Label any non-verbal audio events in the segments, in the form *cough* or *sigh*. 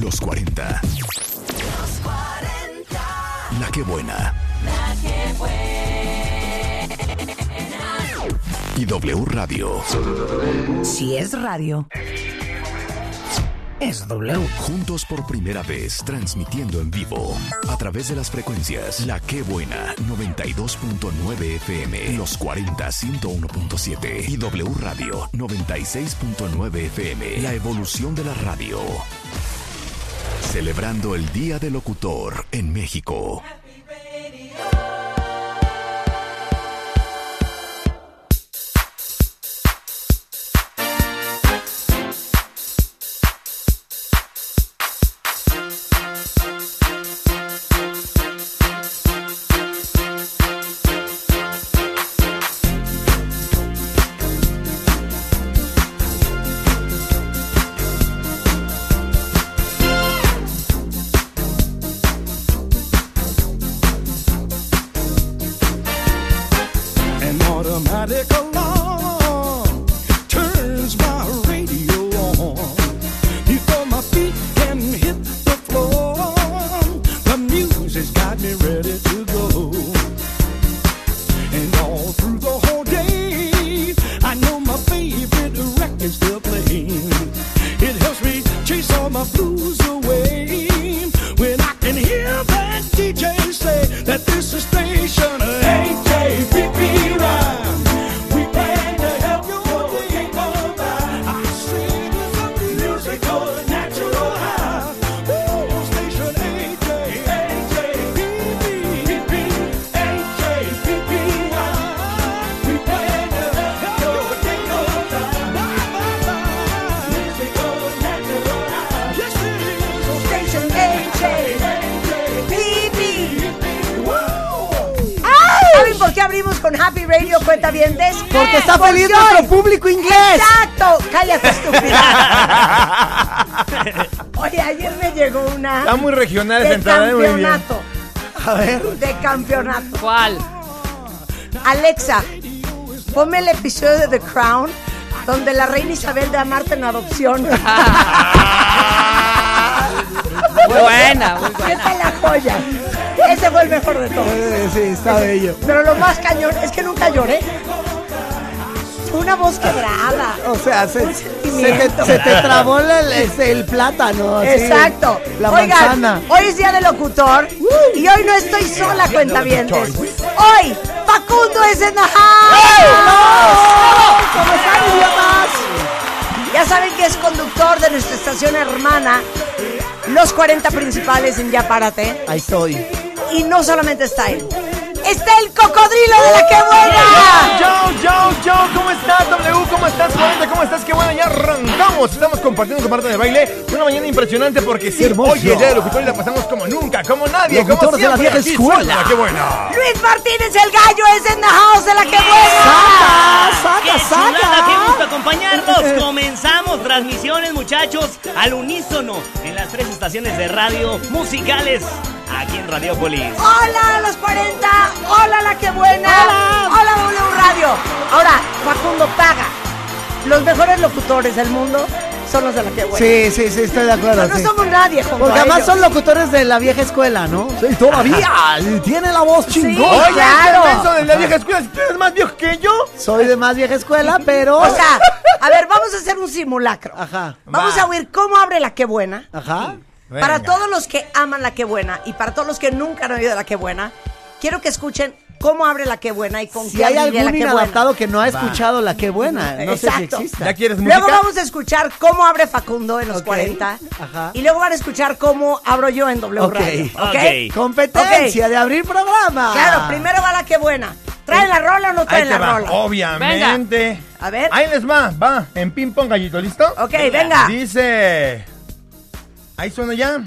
Los 40. Los 40. La que buena. La que buena. Y W Radio. Si es radio. Es W. Juntos por primera vez, transmitiendo en vivo. A través de las frecuencias. La que buena. 92.9 FM. Los 40 101.7. Y W Radio. 96.9 FM. La evolución de la radio. Celebrando el Día del Locutor en México. muy regional esa entrada, De campeonato. A ver. De campeonato. ¿Cuál? Alexa, ponme el episodio de The Crown donde la reina Isabel da a Marta en adopción. Ah. muy buena, muy ¿Qué buena. tal la joya? Ese fue el mejor de todos. Sí, está bello. Pero lo más cañón es que nunca lloré. Una voz quebrada. O sea, se, Un se te, sentimiento. se te trabó el, el- el plátano. así, Exacto. La Oigan, manzana. hoy es día del locutor y hoy no estoy sola, cuenta Hoy, Facundo es en la house. ¿Cómo están, idiotas? Ya saben que es conductor de nuestra estación hermana, los 40 principales en Ya Párate. Ahí estoy. Y no solamente está él, está el cocodrilo de la que buena. Yo, yo, yo, ¿cómo estás, W? ¿Cómo estás, 40? ¿Cómo estás? Qué bueno, ya arrancamos. Estamos compartiendo con Marta de baile. Una mañana impresionante porque sí, Hermoso. hoy el día del locutor y la pasamos como nunca, como nadie, como Locutores de la siempre. vieja Aquí escuela. suena, Qué bueno. Luis Martínez, el gallo, es en la house de la que buena. ¡Saca, saca, Ah, ¡Qué chulada! ¡Qué gusto saca! acompañarnos! Comenzamos transmisiones, muchachos, al unísono en las tres estaciones de radio musicales aquí en Radiopolis. Hola los 40, hola la que buena, hola, W Radio. Ahora, Facundo paga. Los mejores locutores del mundo son los de la que buena. Sí, sí, sí, estoy de acuerdo. No, no sí. somos nadie, junto Porque a además ellos. son locutores de la vieja escuela, ¿no? Sí, todavía. Tiene la voz chingona. Oye, claro. este menso de la vieja escuela, si tú eres más viejo que yo. Soy de más *laughs* vieja escuela, pero. O sea, a ver, vamos a hacer un simulacro. Ajá. Vamos a oír cómo abre la que buena. Ajá. Venga. Para todos los que aman la que buena y para todos los que nunca han oído la que buena, quiero que escuchen cómo abre la que buena y con Si qué hay abriría algún la que buena. inadaptado que no ha escuchado la qué buena, Ah, no sé Exacto. si exista. ¿Ya quieres música? Luego vamos a escuchar cómo abre Facundo en los Ok. 40. Ajá. Y luego van a escuchar cómo abro yo en W Ok. Radio. ¿Ok? Ok. Competencia de abrir programa. Claro, primero va la que buena. Eh, ¿Trae la rola o no trae Ahí la te va, rola? Oh, obviamente. A ver. Ahí les va, va, en ping pong gallito, ¿listo? Ok, venga. Dice... Ahí suena ya.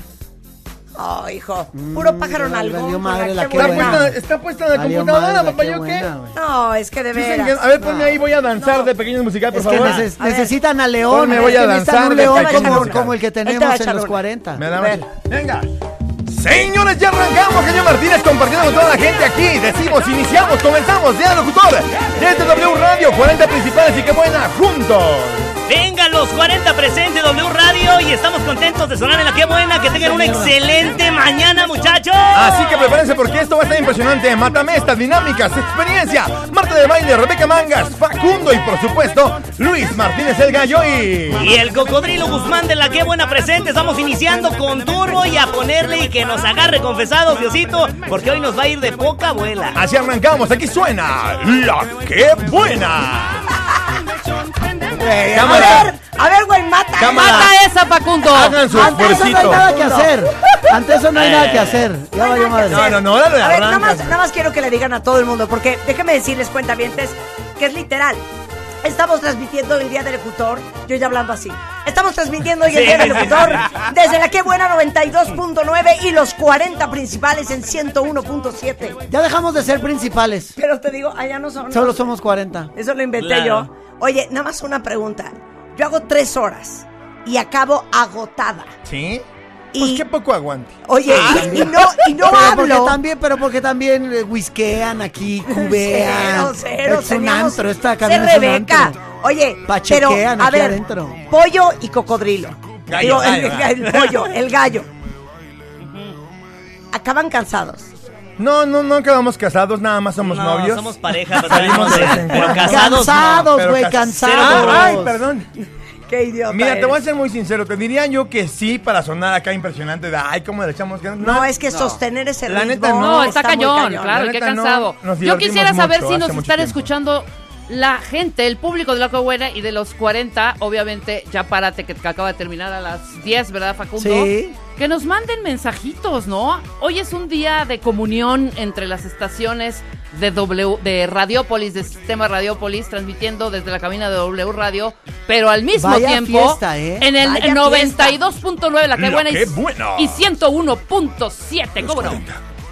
Oh, hijo. Puro pájaro en vale, algo. Mm, valió madre la que Está buena. puesta, está puesta en la Valió computadora, madre, papá, qué ¿yo qué? buena, güey. No, es que de Dicen veras. que- a ver, ponme ahí, voy a danzar No. de pequeños musical, por Es que favor. neces- A ver. necesitan a León. Me voy es que a necesitan lanzar un de León pecho. como, Ahorita como el que va a tenemos en echar los una. 40. Me da A ver. más- Venga. Señores, ya arrancamos, señor Martínez, compartiendo con toda la gente aquí. Decimos, iniciamos, comenzamos, ya locutor. Desde W Radio, 40 principales y qué buena, juntos. Venga, los 40 presente W Radio y estamos contentos de sonar en la que buena. Que tengan una excelente mañana, muchachos. Así que prepárense porque esto va a estar impresionante. Mátame estas dinámicas, experiencia. Marta de baile, Rebeca Mangas, Facundo y por supuesto Luis Martínez el Gallo y. Y el cocodrilo Guzmán de la que buena presente. Estamos iniciando con turbo y a ponerle y que nos agarre confesados, Diosito, porque hoy nos va a ir de poca abuela. Así arrancamos, aquí suena la que *laughs* buena. A ver, a ver, güey, mata. Cámara. Mata esa, Facundo. Hagan su Ante eso no hay esfuercito. Eh. nada que hacer. Ante eso no hay nada que hacer. Ya valió madre. No, no, no, dale, A ver, nada más, arranca. nada más quiero que le digan a todo el mundo, porque déjenme decirles, cuentavientes, que es literal. Estamos transmitiendo el Día del Locutor, yo ya hablando así. Estamos transmitiendo hoy el Sí, Día del sí, sí, Locutor desde la que buena 92.9 y los 40 principales en 101.7. Ya dejamos de ser principales. Pero te digo, allá no son. Solo somos 40. Eso lo inventé Claro. yo. Oye, nada más una pregunta. Yo hago tres horas y acabo agotada. ¿Sí? Pues Y- qué poco aguante. Oye, Ah, y, y no, y no pero hablo. Porque también, pero porque también eh, whiskean aquí, cubean. Cero, cero, es un teníamos- antro, esta Ser cabina es un Rebeca. antro. Oye, pero Pachequean a aquí ver, adentro. pollo y cocodrilo. Gallo, Digo, el, gallo, el pollo, el gallo. Acaban cansados. No, no, no quedamos casados, nada más somos No, novios. somos pareja, *laughs* pero, Salimos de este vez en pero cuando. casados. no. Cansados, pero güey, cas- cansados. Ah, ay, perdón. Qué idiota. Mira, te eres. voy a ser muy sincero. Te diría yo que sí para sonar acá impresionante. De, ay, cómo le echamos ganas. No, es que sostener ese La ritmo neta, no. No, está, muy cañón, claro, La qué neta, no, cansado. nos Yo divertimos quisiera saber mucho si hace nos mucho están tiempo. escuchando la gente, el público de La Buena y de los 40, obviamente, ya párate que, que acaba de terminar a las 10, ¿verdad, Facundo? Sí. Que nos manden mensajitos, ¿no? Hoy es un día de comunión entre las estaciones de W de Radiopolis, de Sistema Radiopolis, transmitiendo desde la cabina de W Radio, pero al mismo Vaya tiempo fiesta, ¿eh? en el Vaya 92.9 la que La buena, y- Qué Buena. y 101.7, ¿cómo no?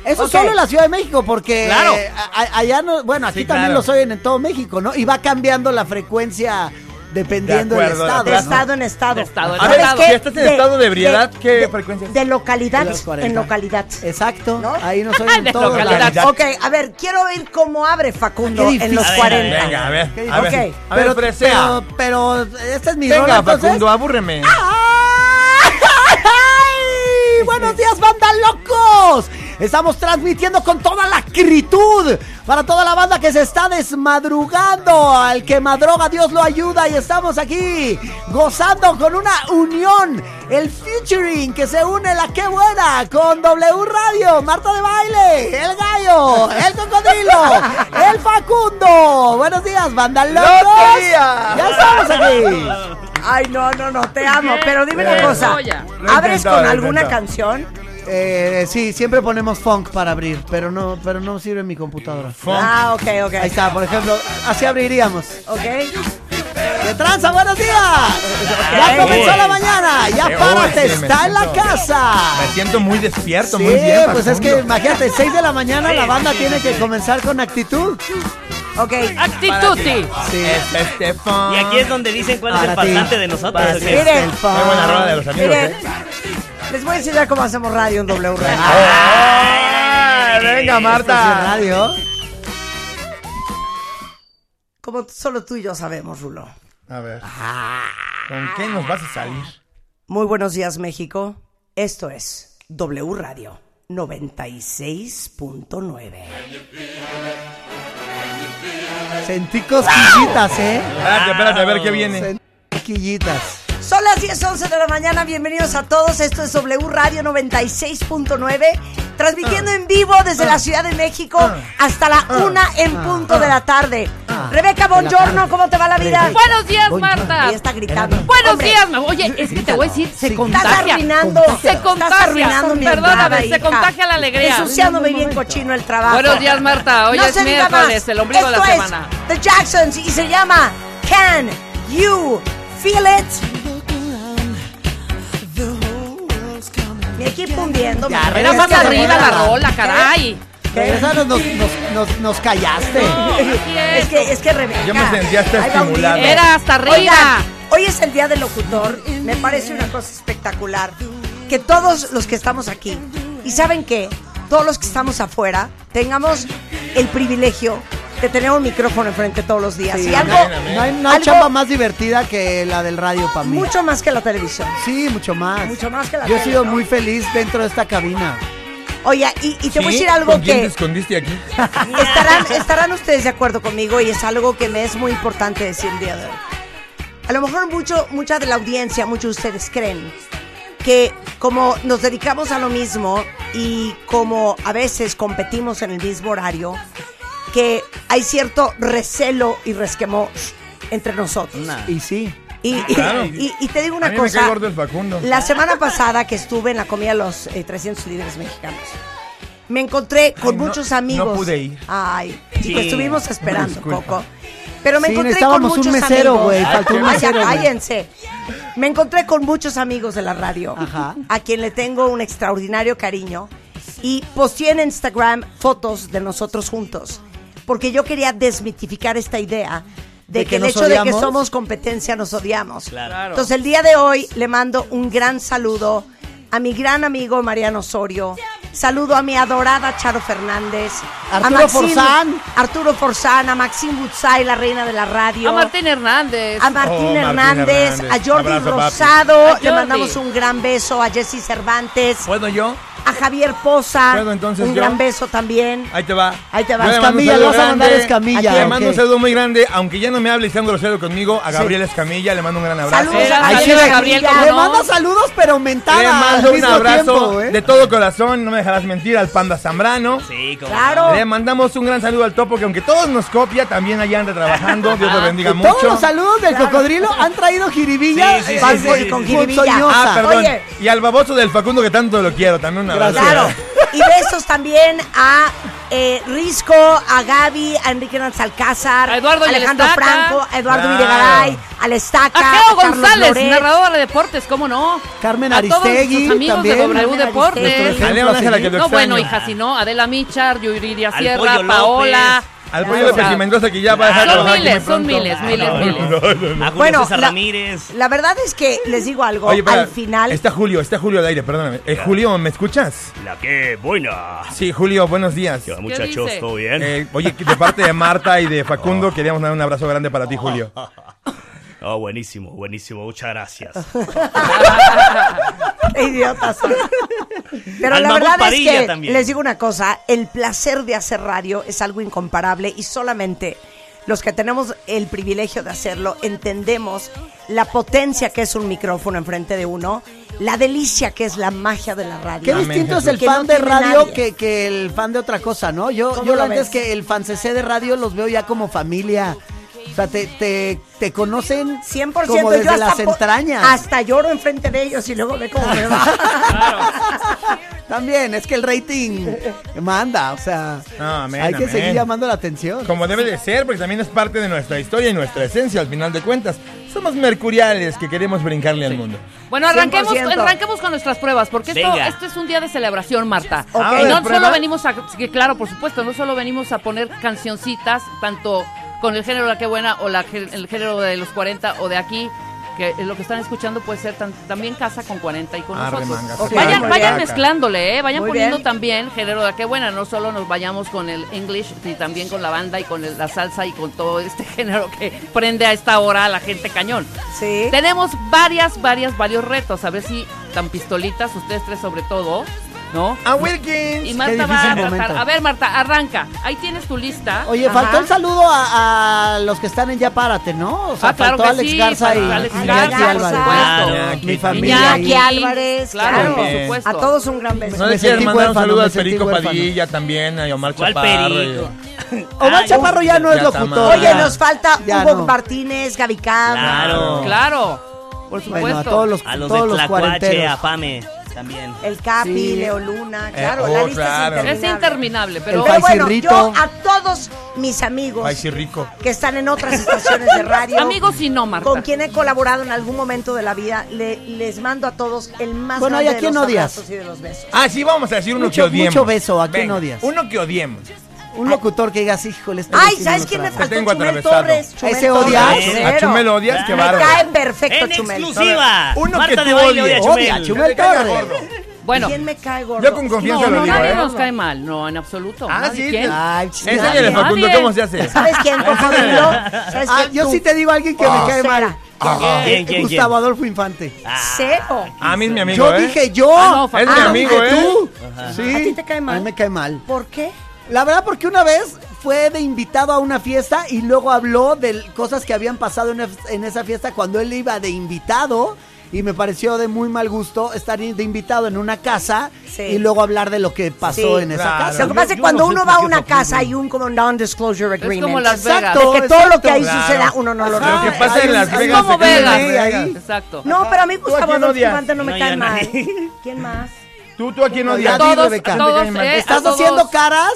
Eso Ok. solo en la Ciudad de México, porque Claro. eh, a- a- allá no, bueno, aquí Sí, también claro. los oyen en todo México, ¿no? Y va cambiando la frecuencia dependiendo De del acuerdo, de estado. De ¿no? acuerdo. estado en estado. De estado en A ver, estado. si estás en estado de ebriedad, ¿qué frecuencia es? De localidad De los 40. en localidad. Exacto. ¿No? Ahí nos oyen De en todos localidad. lados. Calidad. Ok, a ver, quiero oír cómo abre Facundo Qué en los difícil. A ver, 40. Venga, a ver. Qué A ver, difícil. a ver presea. pero, pero, esta es mi rola, Venga, entonces. Facundo, abúrreme. ¡Ay! ¡Buenos días, banda locos! Estamos transmitiendo con toda la acritud para toda la banda que se está desmadrugando. Al que madroga, Dios lo ayuda. Y estamos aquí gozando con una unión. El featuring que se une la que buena con W Radio, Marta de Baile, El Gallo, El Cocodrilo, El Facundo. Buenos días, banda locos. ¡Lotería! Ya estamos aquí. Ay, no, no, no, te amo. Bien, Pero dime bien. una cosa. Joya. Lo he ¿Abres intentado, con lo he alguna intentado. canción? Eh, sí, siempre ponemos funk para abrir, pero no, pero no sirve mi computadora. Ah, ok, ok. Ahí está, por ejemplo, así abriríamos. Ok. ¡De tranza, buenos días! Ya comenzó la mañana, ya Qué párate, hoy, sí, me está en la siento- casa. Me siento muy despierto, Sí, muy bien. pues es que Facundo. imagínate, 6 de la mañana la banda tiene que comenzar con actitud. Ok. Actituti. Sí. Es este funk. Y aquí es donde dicen cuál es el Para ti. pasante de nosotros. Para ¿o ti. qué? Miren. El funk. Muy buena rola de los amigos, Miren, ¿eh? les voy a enseñar cómo hacemos radio en W Radio. ¡Ay, venga, Estación Marta. radio. Como solo tú y yo sabemos, Rulo. A ver. ¿Con qué nos vas a salir? Muy buenos días, México. Esto es W Radio 96.9. Sentí cosquillitas, ¿eh? Espérate, espérate, a ver qué viene. Sentí cosquillitas. Son las 10, 11 de la mañana. Bienvenidos a todos. Esto es W Radio 96.9. Transmitiendo Ah. en vivo desde la Ciudad de México hasta la una en Ah. punto de la tarde. Rebeca, buongiorno. ¿Cómo te va la vida? Rebeca. Buenos días, Voy, Marta. Ahí está gritando. Buenos Hombre, días, ma- Oye, es que te voy a decir, se Sí. Estás contagia. arruinando. Se Estás contagia. arruinando mi Perdóname, entrada, se hija. contagia la alegría. Ensuciándome bien cochino el trabajo. Buenos días, Marta. Hoy No es se diga miércoles, más. el ombligo de la Esto es semana. The Jacksons y se llama Can You Feel It? Mi equipo hundiendo. mi Ya, equipo Era más Es que arriba la regala. rola, caray. Regresaron, nos, nos, nos, nos callaste. Así Es es. que, es que Rebeca. Yo me sentía hasta ahí va un estimulado. día. Era hasta arriba. Oigan, hoy es el día del locutor. Me parece una cosa espectacular. Que todos los que estamos aquí, y saben qué, todos los que estamos afuera, tengamos el privilegio de tener un micrófono enfrente todos los días. y algo No hay una Algo- chamba más divertida que la del radio para mí. mucho más que la televisión. Sí, mucho más. Mucho más que la Yo he tele, sido ¿no? muy feliz dentro de esta cabina. Oye, y, y te voy a ¿Sí? decir algo ¿Con quién te que escondiste aquí? estarán, estarán ustedes de acuerdo conmigo y es algo que me es muy importante decir el día de hoy. A lo mejor mucho, mucha de la audiencia, muchos de ustedes creen que como nos dedicamos a lo mismo y como a veces competimos en el mismo horario, que hay cierto recelo y resquemor entre nosotros. Y sí. Y, y- Ah, Claro. y- y te digo A una mí me cae cosa. gordo el Facundo. La semana pasada que estuve en la comida de los eh, 300 líderes mexicanos, me encontré con Ay, no- muchos amigos. no pude ir. Ay, Sí. chico, estuvimos esperando un Disculpa. poco. Pero me encontré Sí, con necesitábamos un muchos mesero, amigos. güey, faltó un Ay, ya mesero, güey. cállense. Me encontré con muchos amigos de la radio, Ajá. a quien le tengo un extraordinario cariño, y posteé en Instagram fotos de nosotros juntos, porque yo quería desmitificar esta idea de, ¿De que, que el nos hecho de que odiamos? somos competencia nos odiamos. Claro. Entonces el día de hoy le mando un gran saludo a mi gran amigo Mariano Osorio. Saludo a mi adorada Charo Fernández. Arturo a Maxim- Forzán. Arturo Forzán, a Maxim Butzai, la reina de la radio. A Martín Hernández. a Martín Oh, Martín Hernández, Hernández. a Jordi Abrazo, papi. Rosado, A Jordi. le mandamos un gran beso a Jesse Cervantes, ¿Puedo yo? a Javier Poza, ¿Puedo entonces un yo? gran beso también. Ahí te va. Ahí te va. Yo le mando un Escamilla, saludo lo vas a mandar grande. Escamilla, Le ¿a mando qué? un saludo muy grande, aunque ya no me hable y sea un grosero conmigo, a Gabriel Escamilla le mando un gran abrazo. Saludos Era a Ahí Gabriel sí le- Gabriel, Gabriel, ¿cómo Le no? manda saludos, pero mentada. Te al mando un mismo abrazo tiempo, ¿eh? de todo corazón, no me dejarás mentir, al Panda Zambrano. Sí, como Claro. Le mandamos un gran saludo al Topo, que aunque todos nos copia, también allá anda trabajando. Dios lo bendiga mucho. Ah, Ah, Todos los saludos del cocodrilo han traído jiribilla. Sí, sí, sí, pan- sí, sí, con sí. jiribilla. Ah, Oye. perdón. Y al baboso del Facundo, que tanto lo quiero, también un abrazo. Claro. Y besos también a eh, Risco, a Gaby, a Enrique Hernández Alcázar, A Eduardo y al Alejandro Estaca. Franco, a Eduardo Claro. Videgaray, a la Estaca, A Geo Carlos González, Loret. narrador de deportes, ¿cómo no? Carmen a todos Aristegui nuestros amigos también. de W Carmen Deportes. A Aristegui. León Ángela, que lo No, bueno, extraño. hija, si no, Adela Michar, Yuridia Al Sierra, Pollo Paola. Al O pollo sea, de y Mendoza, que ya va a dejar Son trabajar aquí miles, muy son pronto. Ah, miles, miles, no, miles. No, no, no. a Ah, Julio Bueno, César la- Ramírez. La verdad es que les digo algo, Oye, espera, al final Está Julio, está Julio al aire, perdóname. Eh, Julio, ¿me escuchas? La que buena. Sí, Julio, buenos días. ¿Qué va, dice? muchachos? ¿Todo bien? Eh, oye, de parte de Marta y de Facundo, queríamos dar un abrazo grande para ti, Julio. Oh, buenísimo, buenísimo. Muchas gracias. Qué *laughs* idiotas son. Pero Al la mamut verdad es Padilla que también. les digo una cosa, el placer de hacer radio es algo incomparable y solamente los que tenemos el privilegio de hacerlo entendemos la potencia que es un micrófono enfrente de uno, la delicia que es la magia de la radio. Qué Amén, distinto es Jesús. el Que fan no de tiene radio nadie. que, que el fan de otra cosa, ¿no? Yo, ¿Cómo yo lo la neta ves? es que el fan de radio los veo ya como familia. O sea, te, te, te conocen 100% como yo desde hasta las po- entrañas. Hasta lloro enfrente de ellos y luego ve cómo me va. También, es que el rating manda, o sea, No, amén, hay que amén. seguir llamando la atención. Como debe de ser, porque también es parte de nuestra historia y nuestra esencia, al final de cuentas. Somos mercuriales que queremos brincarle al mundo. Bueno, arranquemos, 100%. arranquemos con nuestras pruebas, porque esto, Venga. esto es un día de celebración, Marta. Ah, Ok. Y no ¿De prueba? solo venimos a, que claro, por supuesto, no solo venimos a poner cancioncitas, tanto con el género La Que Buena o la, gé- el género de los 40 o de aquí, que lo que están escuchando puede ser tan- también Casa con 40 y con Arre, nosotros. mangas, Ok. Vayan, muy vayan bien. mezclándole, ¿eh? vayan Muy poniendo bien. también género de qué buena, no solo nos vayamos con el English, y también con la banda y con el- la salsa y con todo este *laughs* género que prende a esta hora a la gente cañón. Sí. Tenemos varias, varias, varios retos, a ver si tan pistolitas, ustedes tres sobre todo, ¿no? A Y Wilkins. Marta va a difícil tratar. momento. A ver, Marta, arranca. Ahí tienes tu lista. Oye, Ajá. faltó el saludo a, a los que están en Ya Párate, ¿no? O sea, Ah, claro faltó que Alex sí, Garza faltó y Alex Iñaki Garza, por Álvarez. supuesto. Iñaki, Mi familia Iñaki, ahí. Álvarez, Claro, claro. por Bien. supuesto. A todos un gran beso. No Me le quieres sentí mandar un huérfano, saludo me al sentí Perico huérfano. Padilla también, a Omar ¿Cuál Chaparro. eh. Perico? y- Omar Ah, Chaparro ya no es ya está locutor. mal. Oye, ya. nos falta Ya Hugo no. Martínez, Gaby Cam. Claro. Claro, por supuesto. Bueno, a todos los, A los todos de los Tlacuache, cuarenteros. a Pame también. El Capi, Sí. Eh, Leo Luna, claro, oh, la lista claro. es Es interminable. interminable, pero... Pero bueno, yo Paisirrito. a todos mis amigos Ay, sí, rico. que están en otras estaciones de radio, Amigos y no, Marta. con quien he colaborado en algún momento de la vida, le- les mando a todos el más Bueno, ¿y grande a quién de los odias? abrazos y de los besos. Ah, sí, vamos a decir uno Mucho- que odiemos. mucho beso, ¿a quién Venga, odias? Uno que odiemos. Un locutor que digas, híjole, este Ay, vecino ¿sabes no quién me trabaja". faltó? tengo Chumel atravesado. Torres. Chumel ¿Ese Torres, odias? ¿A cero. Chumel odias? Qué Me bárbaro. cae perfecto en Chumel. exclusiva. Uno que Marta tú de baile odia a odies. Chumel. Odia a Chumel. Que te caiga Torres. gordo. Bueno, ¿Quién me cae gordo? Yo con confianza no, lo no, digo, nadie ¿eh? nos cae mal, no, en absoluto. Ah, nadie. sí. ¿Quién? Ay, Enséñale, Nadie. Facundo, cómo se hace. ¿Sabes *laughs* quién, cocodrilo? ¿Sabes Ah, quién? yo Tú. sí te digo a alguien que Ah. me cae mal. ¿Quién, quién, quién? Gustavo Adolfo Infante. Cero. A mí es mi amigo, Yo ¿eh? dije yo. Ah, no, Facundo. Es mi Ah, amigo, dije ¿eh? tú. Sí. ¿A ti te cae mal? A mí me cae mal. ¿Por qué? La verdad, porque una vez fue de invitado a una fiesta y luego habló de cosas que habían pasado en, es- en esa fiesta cuando él iba de invitado. Y me pareció de muy mal gusto estar i- de invitado en una casa Sí. y luego hablar de lo que pasó Sí. en esa Claro. casa. Lo que pasa es yo que no cuando sé uno por va a qué una se casa ofenden. hay un como non-disclosure Es agreement. como Las Vegas. Exacto. de que todo lo que ahí Claro. suceda uno no lo Lo que revela. pasa en Las Ay, Es Vegas como se queda Vegas. en ahí. Exacto. No, pero a mí pues, ¿Tú a Gustavo quién Adolfo odias? Infante no me No, cae yo no. mal. ¿Quién más? Tú, tú aquí no A odias. A todos, Rebeca. a todos, Me cae eh, Estás a todos. haciendo caras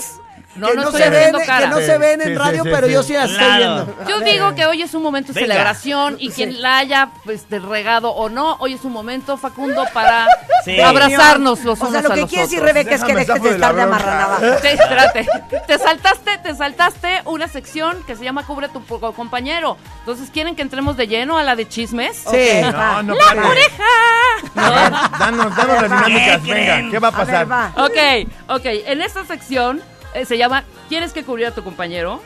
No, que no no, estoy se ven, haciendo que caras. no se ven Sí, en sí, radio, sí, pero sí. yo sí las estoy Claro. viendo. Yo digo que hoy es un momento de Venga. celebración y quien la haya pues, de regado o no, hoy es un momento, Facundo, para *laughs* Sí. abrazarnos los O unos sea, lo a que los quiere decir otros. Rebeca es que Déjame dejes zafo de de la estar de bronca. amarranada. Sí, espérate. Te saltaste, te saltaste una sección que se llama Cubre tu po- compañero. Entonces, ¿quieren que entremos de lleno a la de chismes? Sí. Ok, va. No, no pares. A ver, danos, danos las va. dinámicas. ¿Qué Venga, creen? ¿qué va a A pasar? ver, va. Ok, ok. En esta sección eh, se llama ¿Quieres que cubrir a tu compañero?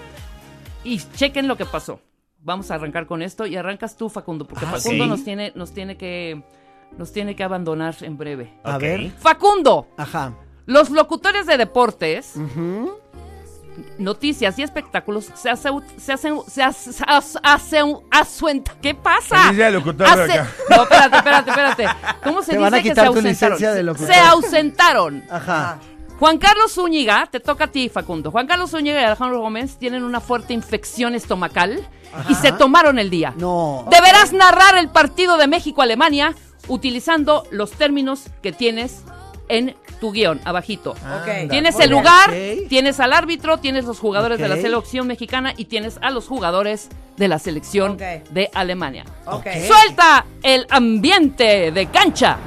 Y chequen lo que pasó. Vamos a arrancar con esto y arrancas tú, Facundo, porque Ah, Facundo ¿sí? nos tiene, nos tiene que, nos tiene que abandonar en breve. A Ok. ver. Facundo, Ajá. los locutores de deportes, noticias y espectáculos se hacen, se hacen, se hacen, se hacen, asuenta- ¿Qué pasa? Feliz día del locutor, Hace- Rebeca. no, espérate, espérate, espérate. ¿Cómo se Te dice van a que se quitar tu ausentaron? licencia de Se locutor. Ah, se ausentaron. Ajá. Juan Carlos Zúñiga, te toca a ti, Facundo. Juan Carlos Zúñiga y Alejandro Gómez tienen una fuerte infección estomacal y se tomaron el día. No. Deberás narrar el partido de México-Alemania utilizando los términos que tienes en tu guión, abajito. Ok. Tienes muy el bien. lugar, Ah, Ok. tienes al árbitro, tienes los jugadores de la Ok. selección mexicana y tienes a los jugadores de la selección Ok. de Alemania. Ok. ¡Suelta el ambiente de cancha!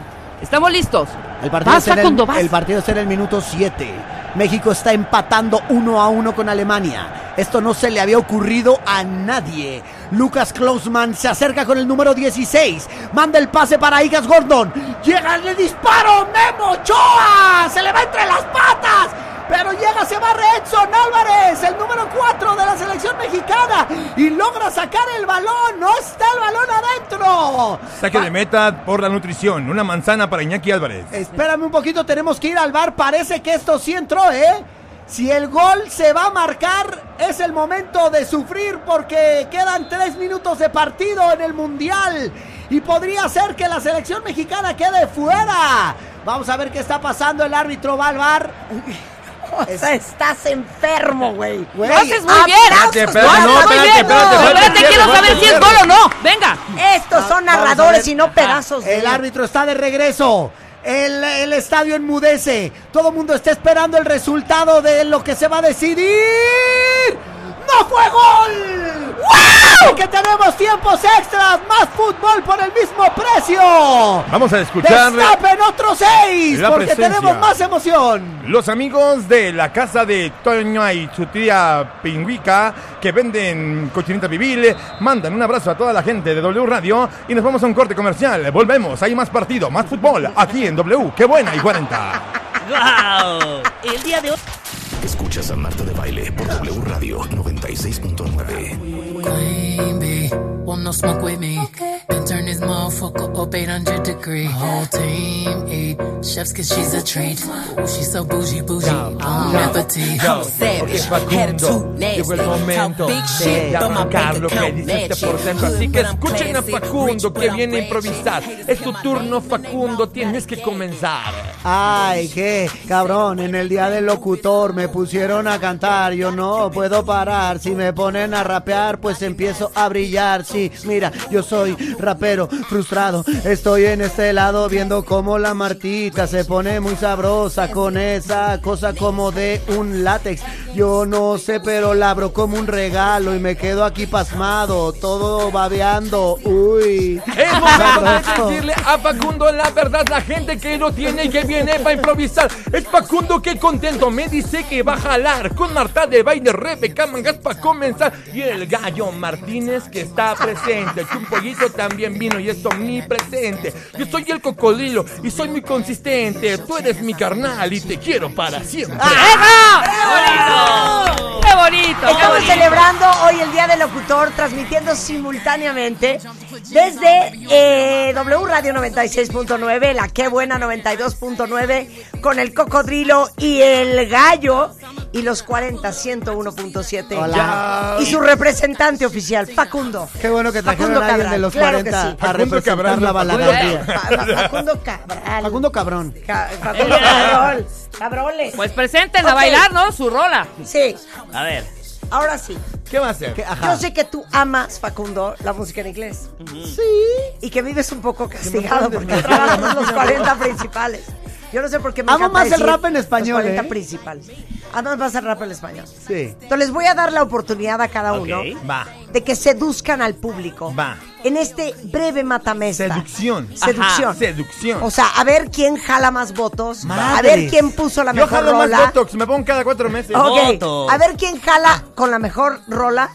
Estamos listos. El partido, Vas, será el, Facundo, vas. el partido será el minuto 7. México está empatando 1 a 1 con Alemania. Esto no se le había ocurrido a nadie. Lucas Klausman se acerca con el número 16. Manda el pase para Igas Gordon. Llega el disparo. Memo Ochoa. Se le va entre las patas. Pero llega, se barre Edson Álvarez, el número 4 de la selección mexicana. Y logra sacar el balón. No está el balón adentro. Saque de meta por la nutrición. Una manzana para Iñaki Álvarez. Espérame un poquito, tenemos que ir al bar. Parece que esto sí entró, ¿eh? Si el gol se va a marcar, es el momento de sufrir porque quedan tres minutos de partido en el Mundial. Y podría ser que la selección mexicana quede fuera. Vamos a ver qué está pasando. El árbitro va al bar. O sea, estás enfermo, güey. Güey, Lo haces muy bien. Espérate, espérate, Lo haces no, muy espérate, bien. espérate, espérate, Espérate, quiero espérate, saber si es espérate. gol o no. Venga. Estos son Vamos a narradores ver. Ah, y no pedazos de... El árbitro está de regreso. El, el estadio enmudece. Todo el mundo está esperando el resultado de lo que se va a decidir. ¡No fue gol! ¡Wow! Que tenemos tiempos extras. Más fútbol por el mismo precio. Vamos a escuchar Destapen otros seis. La Porque presencia. tenemos más emoción. los amigos de la casa de Toño y su tía Pingüica que venden cochinita pibil. Mandan un abrazo a toda la gente de W Radio y nos vamos a un corte comercial. Volvemos. Hay más partido, más fútbol aquí en W. ¡Qué buena! Y 40. ¡Wow! El día de hoy. Escuchas a Marta de Baile por W Radio 96.9. Queen bee, will no smoke with me. Then turn this motherfucker up 800 degree. Whole team eat chefs cause she's a treat. Ooh, she's so bougie, bougie. I'm never tea. I'm a savage. Attitude nasty. Talk big shit. de Throw my bank arrancar lo que account dice este nasty. porcento. Así Hood, que but I'm escuchen a classy. Rich, Facundo but que I'm viene a ratchet. improvisar. Haters Es get tu my turno, name off my Facundo. mouth Tienes like que that. comenzar. Ay, qué cabrón, en el día del locutor me pusieron a cantar, yo no puedo parar, si me ponen a rapear pues empiezo a brillar, sí, mira, yo soy rapero frustrado, estoy en este lado viendo cómo la martita se pone muy sabrosa con esa cosa como de un látex, yo no sé pero la abro como un regalo y me quedo aquí pasmado, todo babeando, uy. Es momento de sabroso. decirle a Facundo la verdad, la gente que lo tiene y que tiene para improvisar. Es Facundo que contento me dice que va a jalar con Marta de baile, Rebeca Mangas para comenzar. Y el gallo Martínez que está presente. Que un pollito también vino y es omnipresente. Yo soy el cocodrilo y soy muy consistente. Tú eres mi carnal y te quiero para siempre. Ah. ¡Eso! ¡Qué bonito! ¡Qué Estamos bonito! celebrando hoy el Día del Locutor, transmitiendo simultáneamente desde eh, W Radio 96.9, la Qué Buena 92.9, con el Cocodrilo y el Gallo, y los 40 101.7. Hola. Y su representante oficial, Facundo. Qué bueno que trajeron Facundo a alguien Cabral, de los claro 40 que sí. a Facundo representar Cabral, no, la Facundo balada. Fa- Fa- Facundo Cabral. Facundo Cabrón. Ca- Facundo Cabrol. Cabroles. Pues presenten a Ok. bailar, ¿no? Su rola. Sí, A ver. ahora sí. ¿Qué va a hacer? Que- ajá. Yo sé que tú amas, Facundo, la música en inglés. Sí. Y que vives un poco castigado mandes, porque trabajas los 40 principales. Yo no sé por qué me Amo encanta más el decir rap en español, Los 40 ¿eh? principales. Amas más el rap en español. Sí. Entonces les voy a dar la oportunidad a cada Ok. uno Va. de que seduzcan al público. Va. En este breve matamesta. Seducción. Seducción. Ajá, seducción. O sea, a ver quién jala más votos. A Madres. ver quién puso la Yo mejor jalo rola. más Botox, me pongo cada cuatro meses. Ok, Votos. A ver quién jala con la mejor rola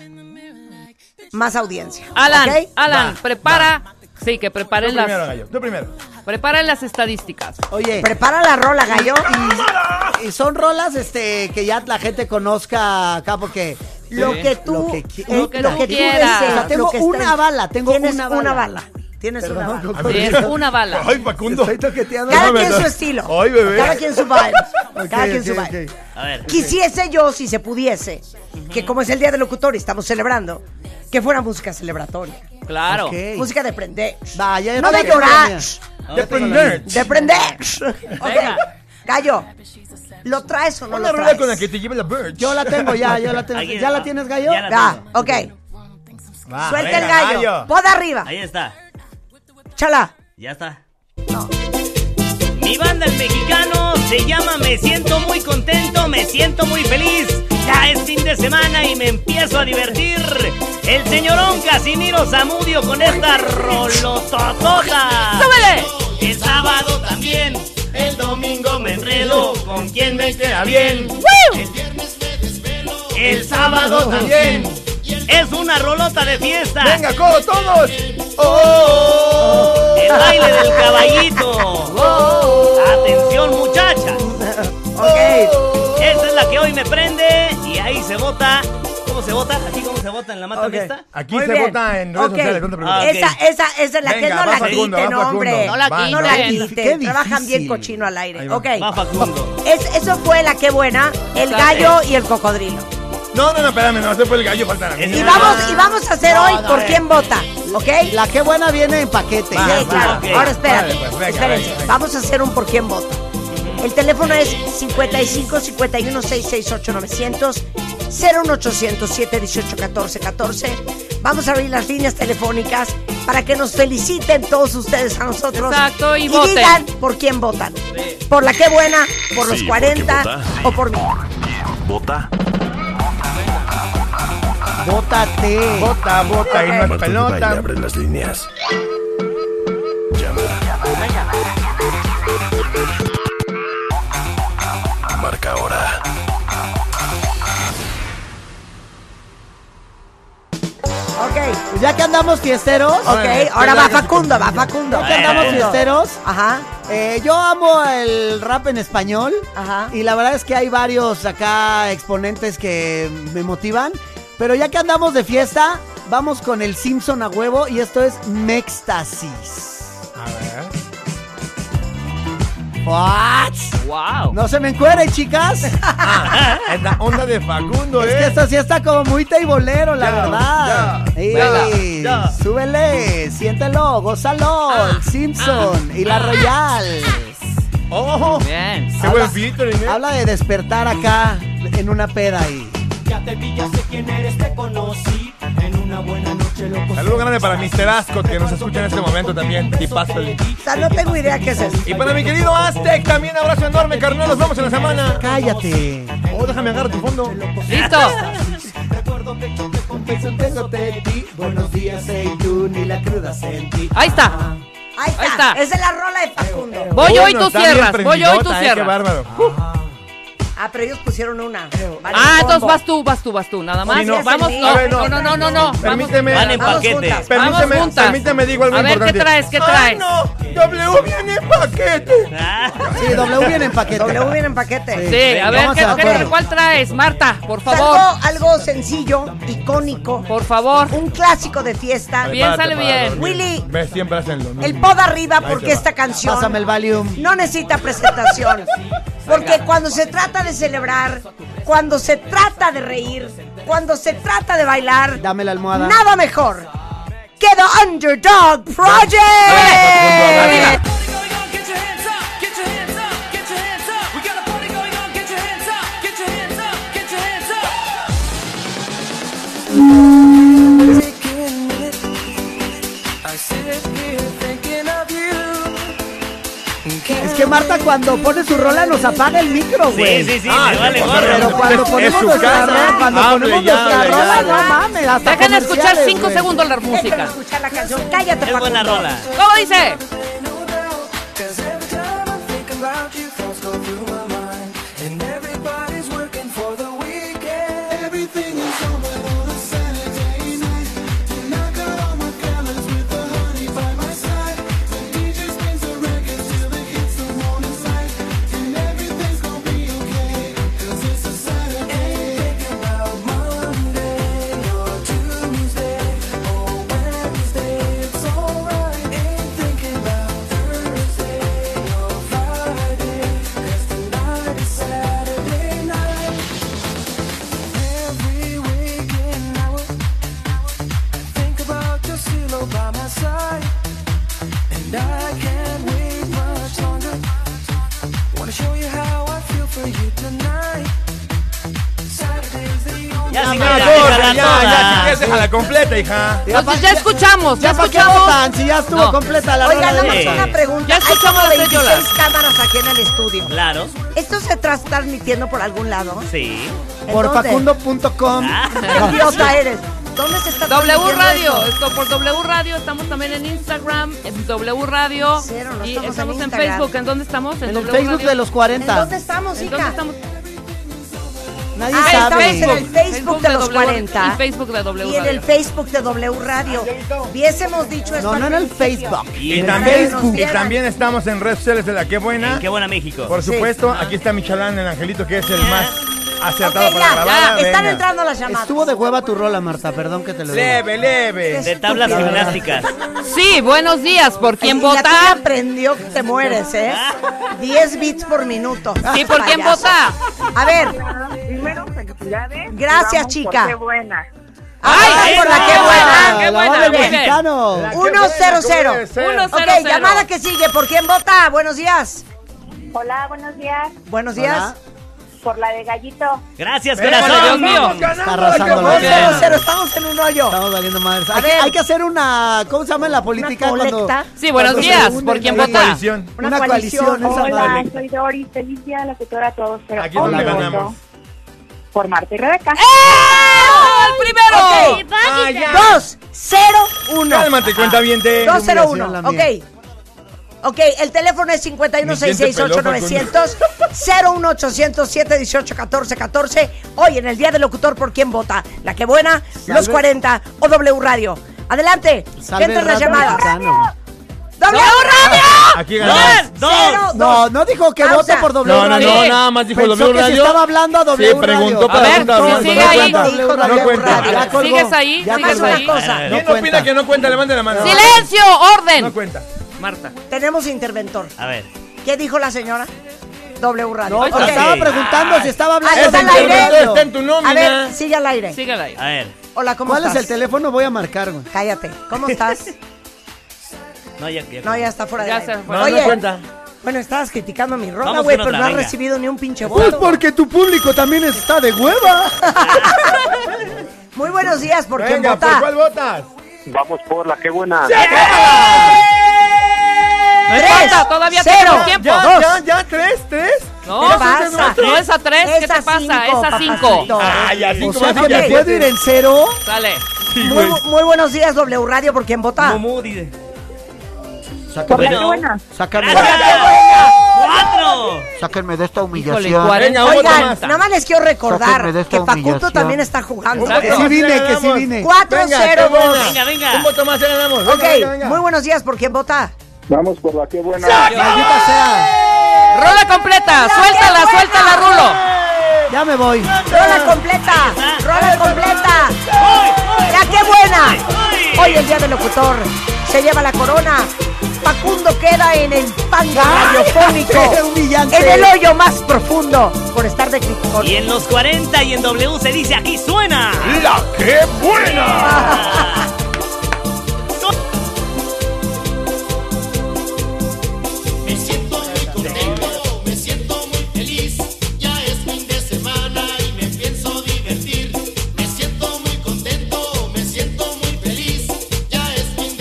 más audiencia. Alan, ¿ok? Alan, Va, prepara. Sí, que Tú preparen primero, las, gallo. Tú primero. preparen las estadísticas. Oye, Prepara la rola, gallo. y son rolas este que ya la gente conozca acá porque Lo que tú, Lo que qui- eh, lo que tú deseas. quieras. O sea, tengo lo que una está en- bala, tengo Tienes una bala. Tienes una bala. Sí, Es una bala. Ay, Facundo. Estoy toqueteando. Cada No, quien no. su estilo. Ay, bebé. Cada quien su vibe. Cada Ok, quien su ok, vibe. ok. A ver. Quisiese yo, si se pudiese, que como es el Día del Locutor y estamos celebrando, que fuera música celebratoria. Claro. Ok. Música de prender. Va, ya- ya no de tengo la llorar. mía. De prender. De prender. Ok. Gallo. ¿Lo traes o no Una lo rueda traes? con la que te lleve la Birch. Yo la tengo ya, yo la tengo. Ahí ¿Ya la está. tienes, gallo? Ya la- Ah, ok. *laughs* Va, Suelta Ah, venga, el gallo. Poda arriba. Ahí está. Chala. Ya está. Mi banda el mexicano se llama Me siento muy contento, me siento muy feliz. Ya es fin de semana y me empiezo a divertir. El señorón Casimiro Zamudio con esta rolototota. ¡Súbele! El sábado también, el domingo me enredo con quien me queda bien. El sábado también. Es una rolota de fiesta. Venga, codo, todos. Oh, El baile del caballito. Atención muchacha. Oh. Ok. Esta es la que hoy me prende y ahí se vota. ¿Cómo se vota? ¿Así como se vota en la mata Ok. fiesta? Aquí Muy se bien. vota en redes Ok. sociales, no te preocupes. Ah, ok. Esa, esa, esa es la que Venga, no va la Facundo, va quiten, Facundo. hombre. No la No la quiten. quiten. Trabajan bien difícil. cochino al aire. Ahí va. Ok. Va Facundo. Es- eso fue la que buena, el gallo y el cocodrilo. No, no, no, espérame, no, se fue el gallo, falta la mía. Y vamos, y vamos a hacer hoy por quién vota, ¿ok? La que buena viene en Sí, paquete. Ya. claro. ok. Ahora espérate. Vale, pues, venga, Espérense. venga, venga. Vamos a hacer un por quién vota. El teléfono es 55 51 668 900 01800 718 14 14. Vamos a abrir las líneas telefónicas para que nos feliciten todos ustedes a nosotros. Exacto, y voten. digan por quién votan. Por la que buena, por los Sí, por quién 40 vota. o por mí. Vota. Bótate. Bota, bota, y no Marta es de baile pelota. abre las líneas. Llama. Marca ahora. Ok, Ya que andamos fiesteros. pues, ok. Ahora va Facundo, va Facundo. Ya que andamos Facundo. fiesteros. Ajá. eh, yo amo el rap en español. Ajá. Y la verdad es que hay varios acá exponentes que me motivan. Pero ya que andamos de fiesta, vamos con el Simpson a huevo. Y esto es Mextasis. A ver. ¿What? Wow. No se me encueren, *laughs* chicas. Es la onda de Facundo, Es que eh. esto sí está como muy teibolero, la Ya, ya, verdad. Ey, ya, Ah. ya. Súbele, siéntelo, gózalo, el Simpson y la Royal. Ah. Oh, Bien. qué buen featuring, eh. Habla de despertar acá en una peda y Ya te vi, ya sé quién eres, te conocí. En una buena noche, loco. Saludo grande para Mr. Ascot, que nos escucha en este momento también. Tipazo. O sea, no tengo idea qué es eso. Y para mi querido Aztec, también abrazo enorme, carnal. Nos vemos en la semana. cállate. Oh, déjame agarrar tu fondo. Listo. Recuerdo que yo te confieso en beso de ti. Buenos días, Seiyun, y la cruda sentí. Ahí está. Ahí está. Ahí está. Esa es la rola de Facundo. Voy yo y Bueno, tú está bien cierras. Voy yo y tú prendidota, eh, Qué cierras. bárbaro. Ah, pero ellos pusieron una. Vale, Ah, combo. entonces vas tú, vas tú, vas tú, nada más. Sí, no. Vamos, Sí, no, a ver, no, no, no, no, no. Permíteme. Van en Vamos paquete. juntas. Vamos Permíteme, juntas. permíteme, digo algo A ver, ¿qué importante. traes? ¿Qué ¡Ay, traes? no! ¡W viene en paquete! Ah, Sí, W viene en paquete. W viene en paquete. Sí, a Vamos ver, a ¿qué- de qué- acuerdo. ¿cuál traes? Marta, por favor. Algo, algo sencillo, icónico. Por favor. Un clásico de fiesta. Piénsale Prepárate para bien. dormir. Willy. Ves, siempre hacenlo. ¿no? El pod arriba Ahí porque te va. esta canción Pásame el Valium. no necesita presentación. Porque cuando se trata de celebrar, cuando se trata de reír, cuando se trata de bailar, Dame la almohada. nada mejor que The Underdog Arriba, Project. Es que Marta cuando pone su rola nos apaga el micro, sí, güey. sí, sí, Ah, me vale pero Pero gorro. cuando Es- es ponemos su nuestra casa. rola, cuando Hable, ponemos ya, nuestra ya, rola, ya. no mames, hasta Dejen escuchar comerciales, 5 güey. segundos la Déjame música. escuchar la canción. Cállate, Es buena Facundo. rola. ¿Cómo dice? Oh, Ya sin Ya, que la déjala corta, ya, ya, si toda. quieres, déjala completa, hija. Ya pa- Entonces ya escuchamos, ya Ya para qué escuchamos. votan, si ya estuvo No. completa la rola. Oigan, nada de- más Sí. una pregunta. Ya escuchamos Hay como las tres 26 yolas. cámaras aquí en el estudio. Claro, ¿Esto se está transmitiendo por algún lado? sí. Ah, ¿En Por dónde? Ah, facundo.com. ¿Qué idiota eres? ¿Dónde se W está transmitiendo Radio, esto? esto por W Radio, estamos también en Instagram, en W Radio Cero, no y estamos en estamos en Instagram. Facebook, ¿en dónde estamos? En el W Facebook Radio. de los Ah, ¿En 40. dónde estamos, ¿En hija? dónde estamos? Nadie Ah, sabe. estamos en el Facebook de los W 40. Y Facebook de W Y en el Radio. Facebook de W Radio. Hubiésemos dicho esto. No, al no en el principio. Facebook. Y en también, Facebook. y también estamos en redes sociales de la que buena. En Qué buena México. Por Sí. supuesto, aquí está mi chalán, el angelito, que es el más Ok, acertado ya, para la ya, balada. Están Venga. entrando las llamadas. Estuvo de hueva tu rola, Marta, perdón que te lo diga. Leve, leve. De tablas estúpido. gimnásticas. Sí, buenos días, ¿por quién Y a ti vota? te aprendió que te *laughs* mueres, ¿eh? 10 bits por minuto. Sí, ¿por quién Payaso. vota? A ver, Primero, felicidades. Gracias, Vamos por chica. Qué buena. ¡Ay, ¡Ay, por la eso! que Ah, buena! Qué la buena, banda del muy bien. mexicano. La que Uno, buena, cero, ¿cómo cero. debe ser? Uno, Ok, cero, cero. llamada que sigue. ¿Por quién vota? Buenos días. Hola, buenos días. Buenos días. Hola. Por la de Gallito. Gracias, Venga, corazón. Dios mío. vamos ganando, Está arrasando la la que Uno, buena. cero, cero. Estamos en un hoyo. Estamos valiendo madres. A Hay, ver. hay que hacer una. ¿Cómo se llama en la política? Una cuando- colecta. Sí, buenos cuando se días. unen ¿Por quién ahí? Una vota? coalición. Una, Una coalición. coalición. esa Hola, madre. soy Doris. Feliz día, locutora a todos. Pero Aquí es donde hoy voto ganamos. Por Marta y Rebeca. ¡Ah, ¡El primero! Ok. Dos, cero, uno. Cálmate, cuenta bien de. Dos. 201. Iluminación la Ok. mía. Ok, el teléfono es Ni *laughs* 51668900 01800 718 1414. Hoy en el Día del Locutor, ¿por quién vota? ¿La que buena? Salve. Los 40 o W Radio. Adelante, Salve entren las Rafa llamadas. Montano. ¡W Radio! Aquí ganamos. Dos, dos. No, no dijo que Pausa. vote por W No, no, Radio. no, nada más dijo Pensó W que se Radio. estaba hablando a W Sí, preguntó Radio. para A ver, preguntar, si no, sigue no ahí. cuenta. Dijo No W cuenta. Radio. Ya colgó. ¿Sigues ahí? Ya ¿Sigues colgó. Haz una ahí? cosa. *laughs* No ¿Quién cuenta. opina *laughs* que no cuenta? Levante la mano. ¡Silencio! No ¡Orden! cuenta. Marta. Tenemos interventor. A ver. ¿Qué dijo la señora? W Radio. No, Ok. pero estaba sí. preguntando si estaba hablando Ahí de Ah, está Ese al aire. interventor W está en tu A ver, nómina. sigue al aire. Sígala ahí. A ver. Hola, ¿cómo ¿Cuál es estás? el teléfono? Voy a marcar, güey. Cállate. ¿Cómo estás? No, ya, ya. No, ya está fuera de Ya aire. se fue. No, no cuenta. Bueno, estabas criticando mi rola, Vamos güey, con pero otra, no has venga. recibido ni un pinche Pues voto. porque tu público también está de hueva. *laughs* Muy buenos días, ¿por quién Venga, ¿por vota? cuál votas? Vamos por la que buena. No Tres, importa, todavía cero, tenemos tiempo. Ya, Dos. ya, ya, tres, tres. No, ¿Qué pasa? no es a tres, ¿qué Es a te pasa? cinco, Es a papacito. cinco. Ay, así O como sea así que ya me fue. puedo ir en cero. Dale. Sí, Muy, güey. muy buenos días, W Radio, ¿por quién vota? Mumú, dice. Sáquenme, Por la buena. sáquenme, ¡Cuatro! sáquenme de esta humillación. cuarenta. Venga, otro Oigan, más. nada más les quiero recordar Sáquenme de esta que Facundo humillación. también está jugando. Un voto Que sí más y vine, le que sí ganamos. vine. Cuatro, Venga, cero, qué buena. dos. Venga, venga. Un voto más y le ganamos. Venga, Ok, venga, venga. muy buenos días. ¿Por quién vota? Vamos por la que buena. Maldita sea. Rola completa, suéltala, suéltala, Rulo. Ya me voy. Rola completa, rola completa. ¡Ya qué buena! Hoy el día del locutor se lleva la corona. Facundo queda en el pango Ay, qué radiofónico, humillante. en el hoyo más profundo por estar de criticón. Y en los 40 y en W se dice aquí suena. ¡La que buena!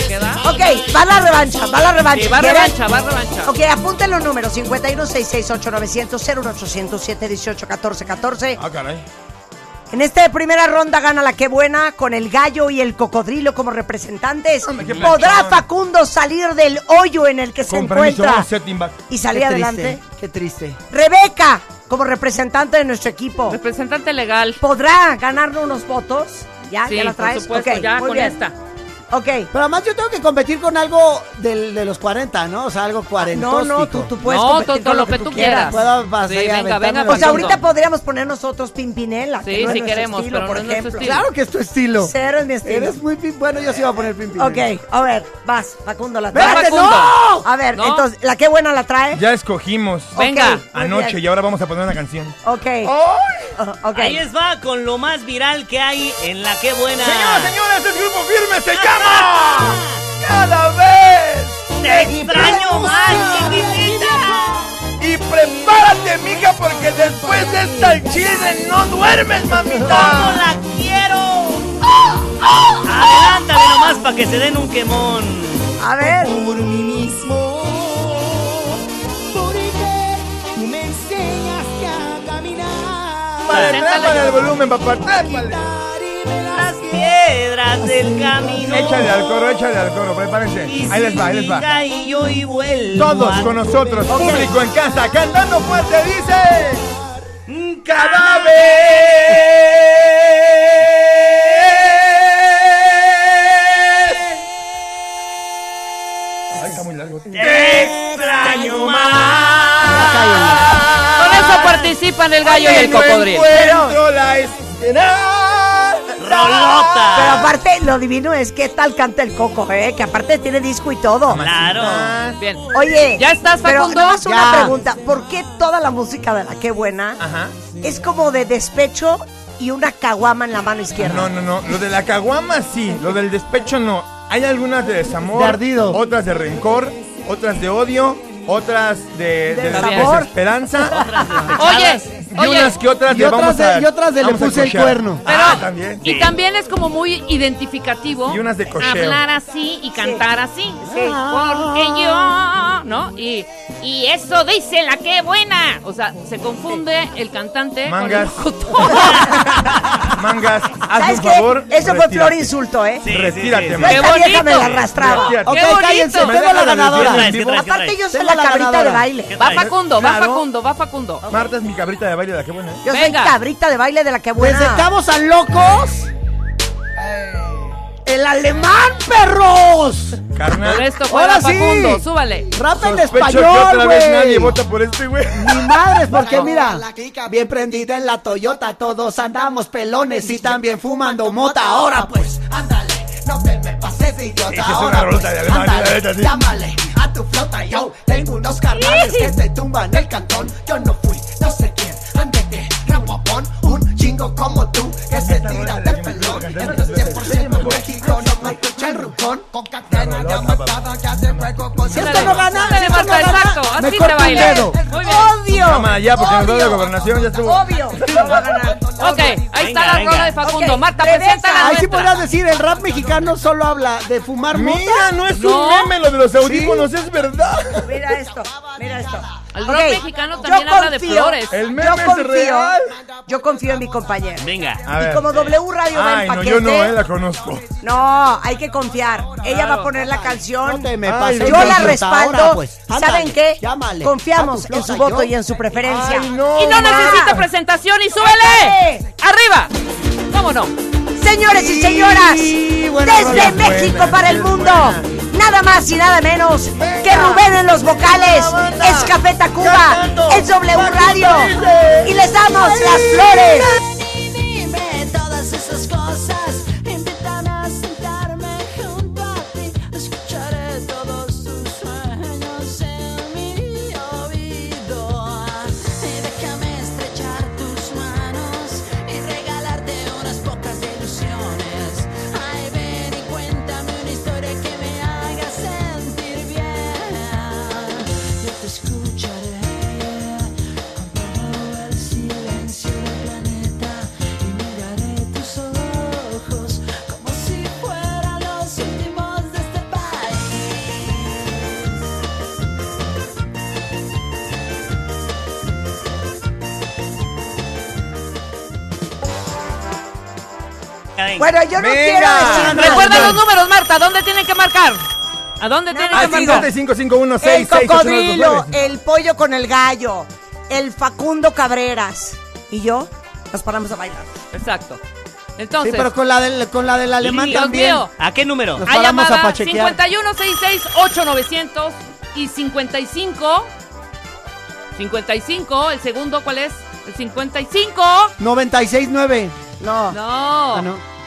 ¿Queda? Ok, va la revancha, va la revancha. Sí, va ¿Quieren? revancha, va revancha. Ok, apunten los números 51-668-900-01807-18-14-14. Ah, caray. En esta primera ronda gana la que buena con el gallo y el cocodrilo como representantes. Hombre, qué ¿Podrá planchón. Facundo salir del hoyo en el que se Con permiso, encuentra setting back. y Qué salir adelante? triste, qué triste. Rebeca como representante de nuestro equipo. Representante legal. ¿Podrá ganarnos unos votos? Ah, ¿Ya? Sí, ¿Ya la por traes? supuesto, Ok, ya muy con bien. esta. Ok. Pero además yo tengo que competir con algo del- de los 40, ¿no? O sea, algo 40. Ah, No, no, tú, tú puedes No, competir todo, con lo que tú quieras. Puedo pasar Sí, y venga, aventarme venga. O la- Facundo. sea, Pues ahorita podríamos poner nosotros Pimpinela. que Sí, no es si nuestro queremos, estilo, pero por no es nuestro ejemplo. estilo. Claro *laughs* que es tu estilo. Cero es mi estilo. Eres muy pim- bueno, yo sí iba a poner pim pim. Ok, a ver, vas, Facundo la Va, trae. Facundo. no! A ver, No. entonces, ¿la qué buena la trae? Ya escogimos Ok, Venga. muy anoche bien. y ahora vamos a poner una canción. Ok. Oh, ok. Ahí les va con lo más viral que hay en la que buena. Señoras, señores, el grupo firme se llama Cada vez ¡Te extraño más, chiquitita! Y prepárate, mija, porque después de esta chile no duermes, ¡Cómo mamita. la quiero! Adelántale nomás para que se den un quemón. A ver. por mí mismo. Porque tú me enseñaste a caminar. Para trépale el volumen, papá, trépale. Darme Las piedras del camino. Ah, Échale al coro, échale al coro, prepárense. Ahí les va, ahí les va. Y yo y vuelvo. Todos a con nosotros, tu público en casa, cantando fuerte, dice. beso. cada vez. Ay, está muy largo. Te extraño más. Con eso participan el gallo y el cocodrilo. encuentro la esperanza. Pero Rolota. aparte, lo divino es que tal canta el coco, ¿eh? Que aparte tiene disco y todo. Claro. Bien. Oye, ¿Ya estás, pero Facundo? nada más una Ya. pregunta. ¿Por qué toda la música de la qué buena Ajá. es como de despecho y una caguama en la mano izquierda? No, no, no. Lo de la caguama sí, lo del despecho no. Hay algunas de desamor, De ardido. otras de rencor, otras de odio, otras de, de *laughs* Desamor. desesperanza. Oye, Y oye. unas que otras Y le otras vamos de- a- y otras de le vamos a puse el cochear. cuerno. Pero, ah, también. *laughs* Y también es como muy identificativo Y unas de cocheo. hablar así y cantar así. Porque yo, ¿no? Y, y eso dice la que buena. O sea, se confunde el cantante Mangas. con el locutor. Mangas, hazme ¿Sabes un qué? favor. Eso fue retírate. flor insulto, ¿eh? Sí, sí, Retírate, sí, sí. Yo a esta ¡Qué vieja me la bonito! arrastraba. Retírate. Ok, ¡Qué bonito! cállense, Me tengo deja la la ganadora. lesbiana. ¿Qué traes? ¿Qué Aparte, traes? yo soy Tengo la la cabrita de ganadora. baile. Va Facundo, va Claro. Facundo, va Facundo. Marta es mi cabrita de baile, la que buena. ¿eh? Yo soy Venga. cabrita de baile de la que Pues buena. Presentamos Pues a locos. El alemán, perros. Por Carnal. esto juega Ahora sí. Facundo, súbale. Rapa Sospecho en que español, otra vez nadie güey. vota por este, güey. *laughs* Mi madre, es porque mira, bien prendida en la Toyota, todos andamos pelones y también fumando mota. Ahora pues, ándale, no te me pases de Esa idiota. es una Ahora pues, rolota de alemán, la neta, sí. ándale, llámale a tu flota. Yo tengo unos carnales que se tumban el cantón. Yo no fui, no sé quién, ándete, raguapón, un chingo como tú que se tira de pelón. Entonces 100% México no me escucha el rupón. Con cadena de matada que hace juego con Si esto no gana, Ándale, si esto no Marta, gana, exacto, me así corto se un baila. dedo. Muy bien. Odio. Cámara ya, porque nos Odio. da la gobernación, ya estuvo. Obvio, no va *laughs* a ganar. Ok, ahí Venga, está la venga. rola de Facundo. Ok, Marta, regresa. presenta la Ahí sí nuestra. podrías decir, el rap mexicano solo habla de fumar mota. Mira, no es No. un meme lo de los audífonos, es verdad. Mira esto, mira esto. El rock Ok, mexicano yo también habla de confío, flores. El meme yo es confío, real. Yo confío en mi compañero. Venga. A Y ver. como W Radio va en Ay, no, paquete. yo no, eh, la conozco. No, hay que confiar. Ella va a poner la canción. No te me Ay, pases no. Yo la ahora, respaldo. pues. Ándale, ¿Saben qué? llámale. Confiamos Ah, tu en su flota, voto yo. y en su preferencia. Ay, no. Y Oh, no ma. necesita presentación y súbele. ¡Arriba! ¿Cómo no? Señores y señoras, Sí, buena desde rola. México Buena, para el buena. mundo, nada más y nada menos que Rubén en los vocales, es Cafeta Cuba, Cantando. es W Radio y les damos las flores. Dime todas esas cosas. Invítame a sentarme junto a ti. Escucharé todos tus sueños en mi oído. Y déjame estrechar tus manos y regalarte unas pocas ilusiones. Ay, ven y cuéntame una historia que me haga sentir bien. Yo te escucharé. Apago el silencio del planeta y miraré tus ojos como si fueran los últimos de este país. Venga. Bueno, yo no Venga. quiero decir nada. Recuerda los números, Marta. ¿Dónde tienen que marcar? ¿A dónde tienen Al que marcar? 5551668929. El cocodrilo, el pollo con el gallo, el Facundo Cabreras y yo nos paramos a bailar. Exacto. Sí, Entonces, pero con la del, con la del alemán Dios también. mío. ¿A qué número? Nos hay paramos a llamada pachequear. 5166-8900 y 55. 55, el segundo, ¿cuál es? El 55. 96.9. No. Ah, No. no.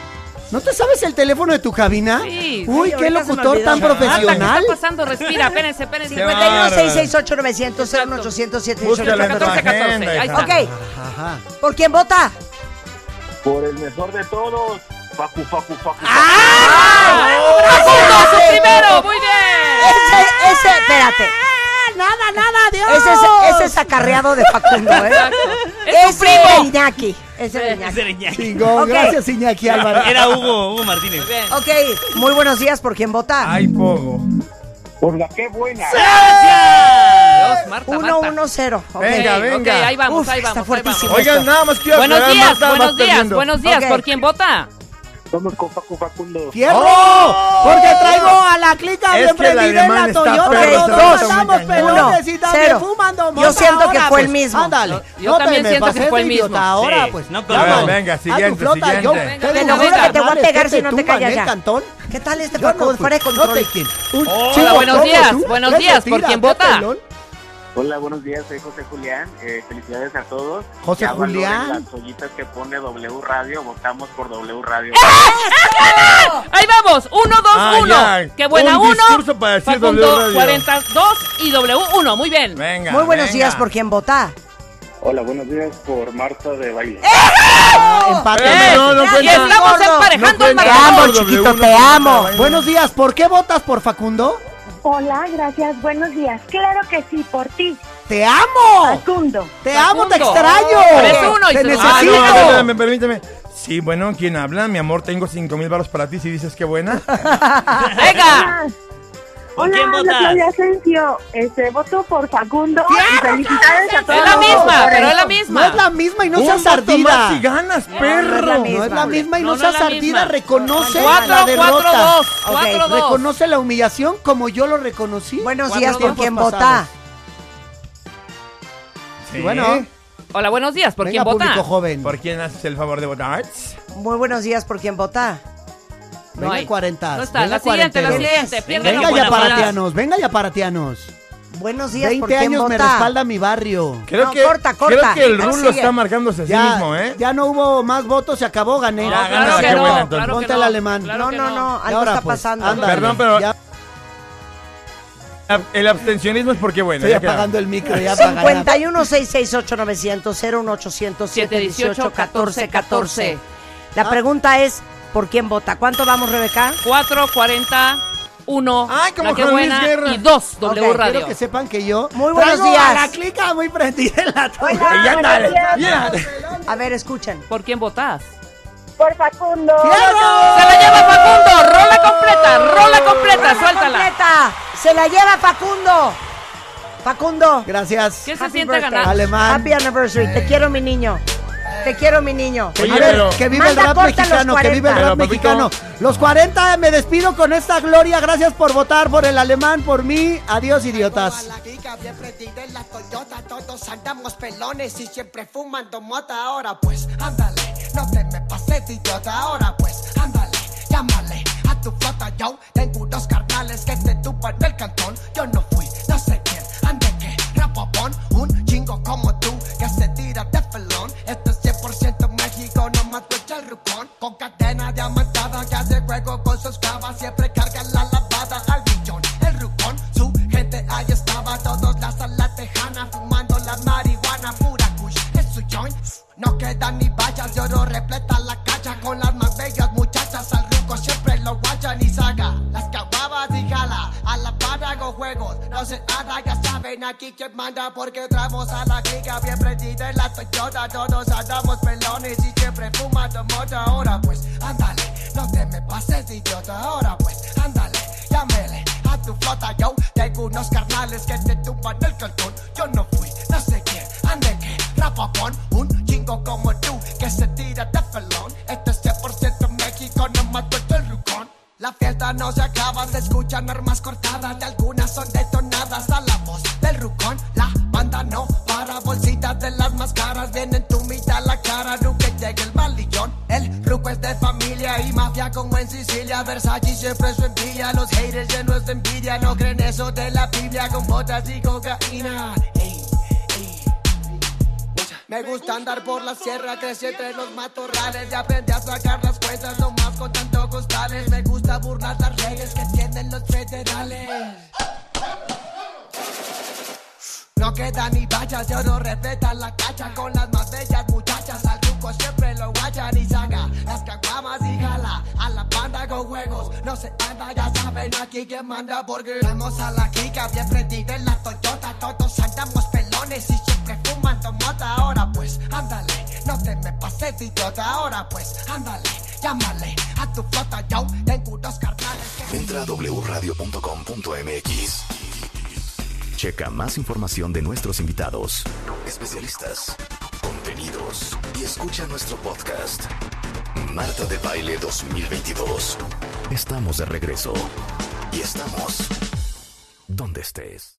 ¿No te sabes el teléfono de tu cabina? Sí. Uy, Ay, ahorita qué se me locutor olvidó. tan Marta, ¿qué Marta, ¿qué está profesional. pasando? Respira, espérense, espérense. va. 51 668 900 Búscala en tu 14, 14, agenda, ahí hija. está. Ok, Ajá. ¿por quién vota? Por el mejor de todos. Facu, facu, facu. Ah, ¡Ah! Ah, ¡Facundo, su primero! ¡Muy Eh. bien! Ese, ese, espérate. Nada, nada, Dios. Ese es, ese es acarreado de Facundo, ¿eh? ¡Es Ese tu primo! de Iñaki. Ese de Iñaki. Ese era Iñaki. Chingón, Ok. gracias *laughs* Iñaki Álvarez. Era Hugo, Hugo Martínez. Bien. Ok, muy buenos días. ¿Por quién vota? Ay, pogo. Por la que buena. Dios, Marta, Marta. 1-1-0. ok. Venga, Ok, venga. ok, ahí vamos, Uf, ahí está vamos. ahí fuertísimo. vamos. Oigan, nada más quiero Buenos aclarar, días, Marta, buenos vas días, perdiendo. buenos días. Ok. ¿Por quién vota? Vamos con Facu, Facundo. ¡Fierro! ¡Oh! Porque traigo a la clica Es bien que el prendida en alemán la está Toyota. perro, Nos está muy mandamos cañón. pelones y Uno, también cero. fumando Yo mota. siento que Ahora, fue el pues, mismo. Ándale. Yo No te también me siento que pases, fue el idiota, mismo. Ahora, Sí, pues. no, llama. claro. Venga, A tu siguiente, flota, siguiente. yo- Venga, te venga, venga. lo juro que Te te voy a pegar si no te callas ya. cantón. ¿Qué tal este Yo Facundo? no, Fuera de pues, control. no te quiero. Un Hola, chico buenos como días, tú, buenos que días, te ¿por tira, quién qué vota? pelón. Hola, buenos días. Soy José Julián. Eh, felicidades a todos. José Ya valoren Julián. Las ollitas que pone W Radio. Votamos por W Radio. Ahí vamos, 1, 2, Ah, 1. ya. Qué buena, Un 1. discurso para decir W Radio. 42 y W1. Muy bien. Venga. Muy buenos venga. días. ¿Por quién vota? Hola, buenos días. Por Marta de Baile. Ah, empate, Eh, No, no y cuenta. estamos Gordo. emparejando No el cuenta. marcador. W1 chiquito, te por la amo. vaina. Buenos días, ¿por qué votas por Facundo? Hola, gracias, buenos días. Claro que sí, por ti, ¡Te Oh. amo! Facundo. ¡Te amo, te Facundo. extraño! Tres, uno y ¡Te se lo va. Ah, no, necesito! Chico. permítame, permítame. Sí, bueno, ¿quién habla? Mi amor, tengo cinco mil baros para ti si dices que buena. Venga. ¿Por Hola, quién habla votas? Claudia Asensio. Este, voto por Facundo. y felicidades a todos. Es la misma, los pero es la No es misma. la misma y no Un seas voto más ardida. y ganas, la perro. misma. No es la misma y no, No, no seas es la ardida. misma. Reconoce la 4, 4, derrota. 2. Ok, 4, 2. Reconoce la humillación como yo lo reconocí. Buenos Cuatro días. ¿Por tiempos quién pasados. vota? Sí. Y bueno, Hola, buenos días. ¿Por quién venga, vota? público joven. ¿Por quién haces el favor de votar? Muy buenos días. ¿por quién vota? No venga, hay. cuarentas. No está, venga, la siguiente, la cuarenteros. siguiente. Pierde Venga, la buena ya palabra. paratianos, venga, ya paratianos. Buenos días. ¿por 20 quién años me vota? respalda mi barrio. Creo No, que, corta, corta. Creo que el Ah, rulo sigue. está marcándose a sí Ya, mismo, ¿eh? ya no hubo más votos, se acabó, gané. No, Ya, Ah, claro gana la que que no, buena, entonces. claro que Ponte el alemán. claro No, que no, no, Y algo ahora, está pues, pasando. ándale. Perdón, pero- Ya El abstencionismo es porque buena. estoy ya queda. apagando el micro. Ya para ganar. 51 668 900 01800 718 14 14 Ah. La pregunta es, ¿por quién vota? ¿Cuánto vamos, Rebeca? 4, 40, 1. Ay, como la que Juan Luis buena. Guerra. Y 2, W Ok, Radio. Quiero que sepan que yo Muy buenos traigo días. a la clica muy prendida en la torre. Y ya dale, ya. A ver, escuchen. ¿Por quién votas? Por Facundo. ¡Se la lleva Facundo! ¡Rola completa! ¡Rola completa! Rola ¡Suéltala! completa, Se la lleva Facundo. Facundo. Gracias. ¿Qué se siente ganar? Alemán. Happy anniversary. Te quiero, mi niño. Te quiero, mi niño. Que Oye, vive, pero- que vive el Manda rap corta mexicano, los que vive el 40. rap Pero, papito. mexicano. Los 40 me despido con esta gloria. Gracias por votar por el alemán, por mí. Adiós, idiotas. Como a la giga, bien prendida en la Toyota, todos andamos pelones y siempre fumando mota. Ahora pues, ándale, no te me pases de idiota. Ahora pues, ándale, llámale a tu flota. Yo tengo unos carnales que te tupan del cantón. Yo no fui, no sé quién, ande que rapopón. Un chingo como tú que se tira de felón. Esto es 100% México, no más echa el rucón. Con cadena diamantada que hace juego con sus clavas. Siempre carga la lavada al millón. El rucón, su gente ahí estaba, todos las a la tejana, fumando la marihuana, pura kush, es su joint. No quedan ni vallas, de oro repleta la cacha, con las más bellas muchachas al ruco siempre lo guachan y saga. Las cababas y jala, a la par hago juegos, no se nada, ya saben aquí quién manda, porque entramos a la giga, bien prendida en la Toyota, todos andamos pelones y siempre fumando mota. Ahora pues, ándale, no te me pases de idiota, ahora pues, ándale, llámele a tu flota yo Tengo unos carnales que te tumban el cantón Yo no fui, no sé quién, ande que rapapón Un chingo como tú que se tira de pelón Este es 100% México, no mato el rucón la fiesta no se acaba, se escuchan armas cortadas De algunas son detonadas a la voz del rucón La banda no para, bolsitas de las más caras Vienen tu mitad la cara, nunca llega el balillón El ruco es de familia y mafia como en Sicilia Versace siempre su envidia, los haters llenos de envidia No creen eso de la Biblia con botas y cocaína Ey, ey. Me gusta andar por la sierra, crecí entre los matorrales Y aprendí a sacar las cuentas, no más con tanto costales Me gusta burlar las leyes que tienen los federales No queda ni vallas, yo no respeta la cacha Con las más bellas muchachas, al truco siempre lo guachan y saca Las caguamas y jala, a la banda con juegos No se anda, ya saben aquí que manda Porque vamos a la giga, bien prendida en la Toyota Todos andamos pelones y siempre fumando mota Ahora pues, ándale, no te me pases de idiota Ahora pues, ándale, llámale a tu flota Yo tengo unos carnales que... Entra a wradio.com.mx. Checa más información de nuestros invitados, especialistas, contenidos y escucha nuestro podcast. Marta de Baile 2022. Estamos de regreso. Y estamos donde estés.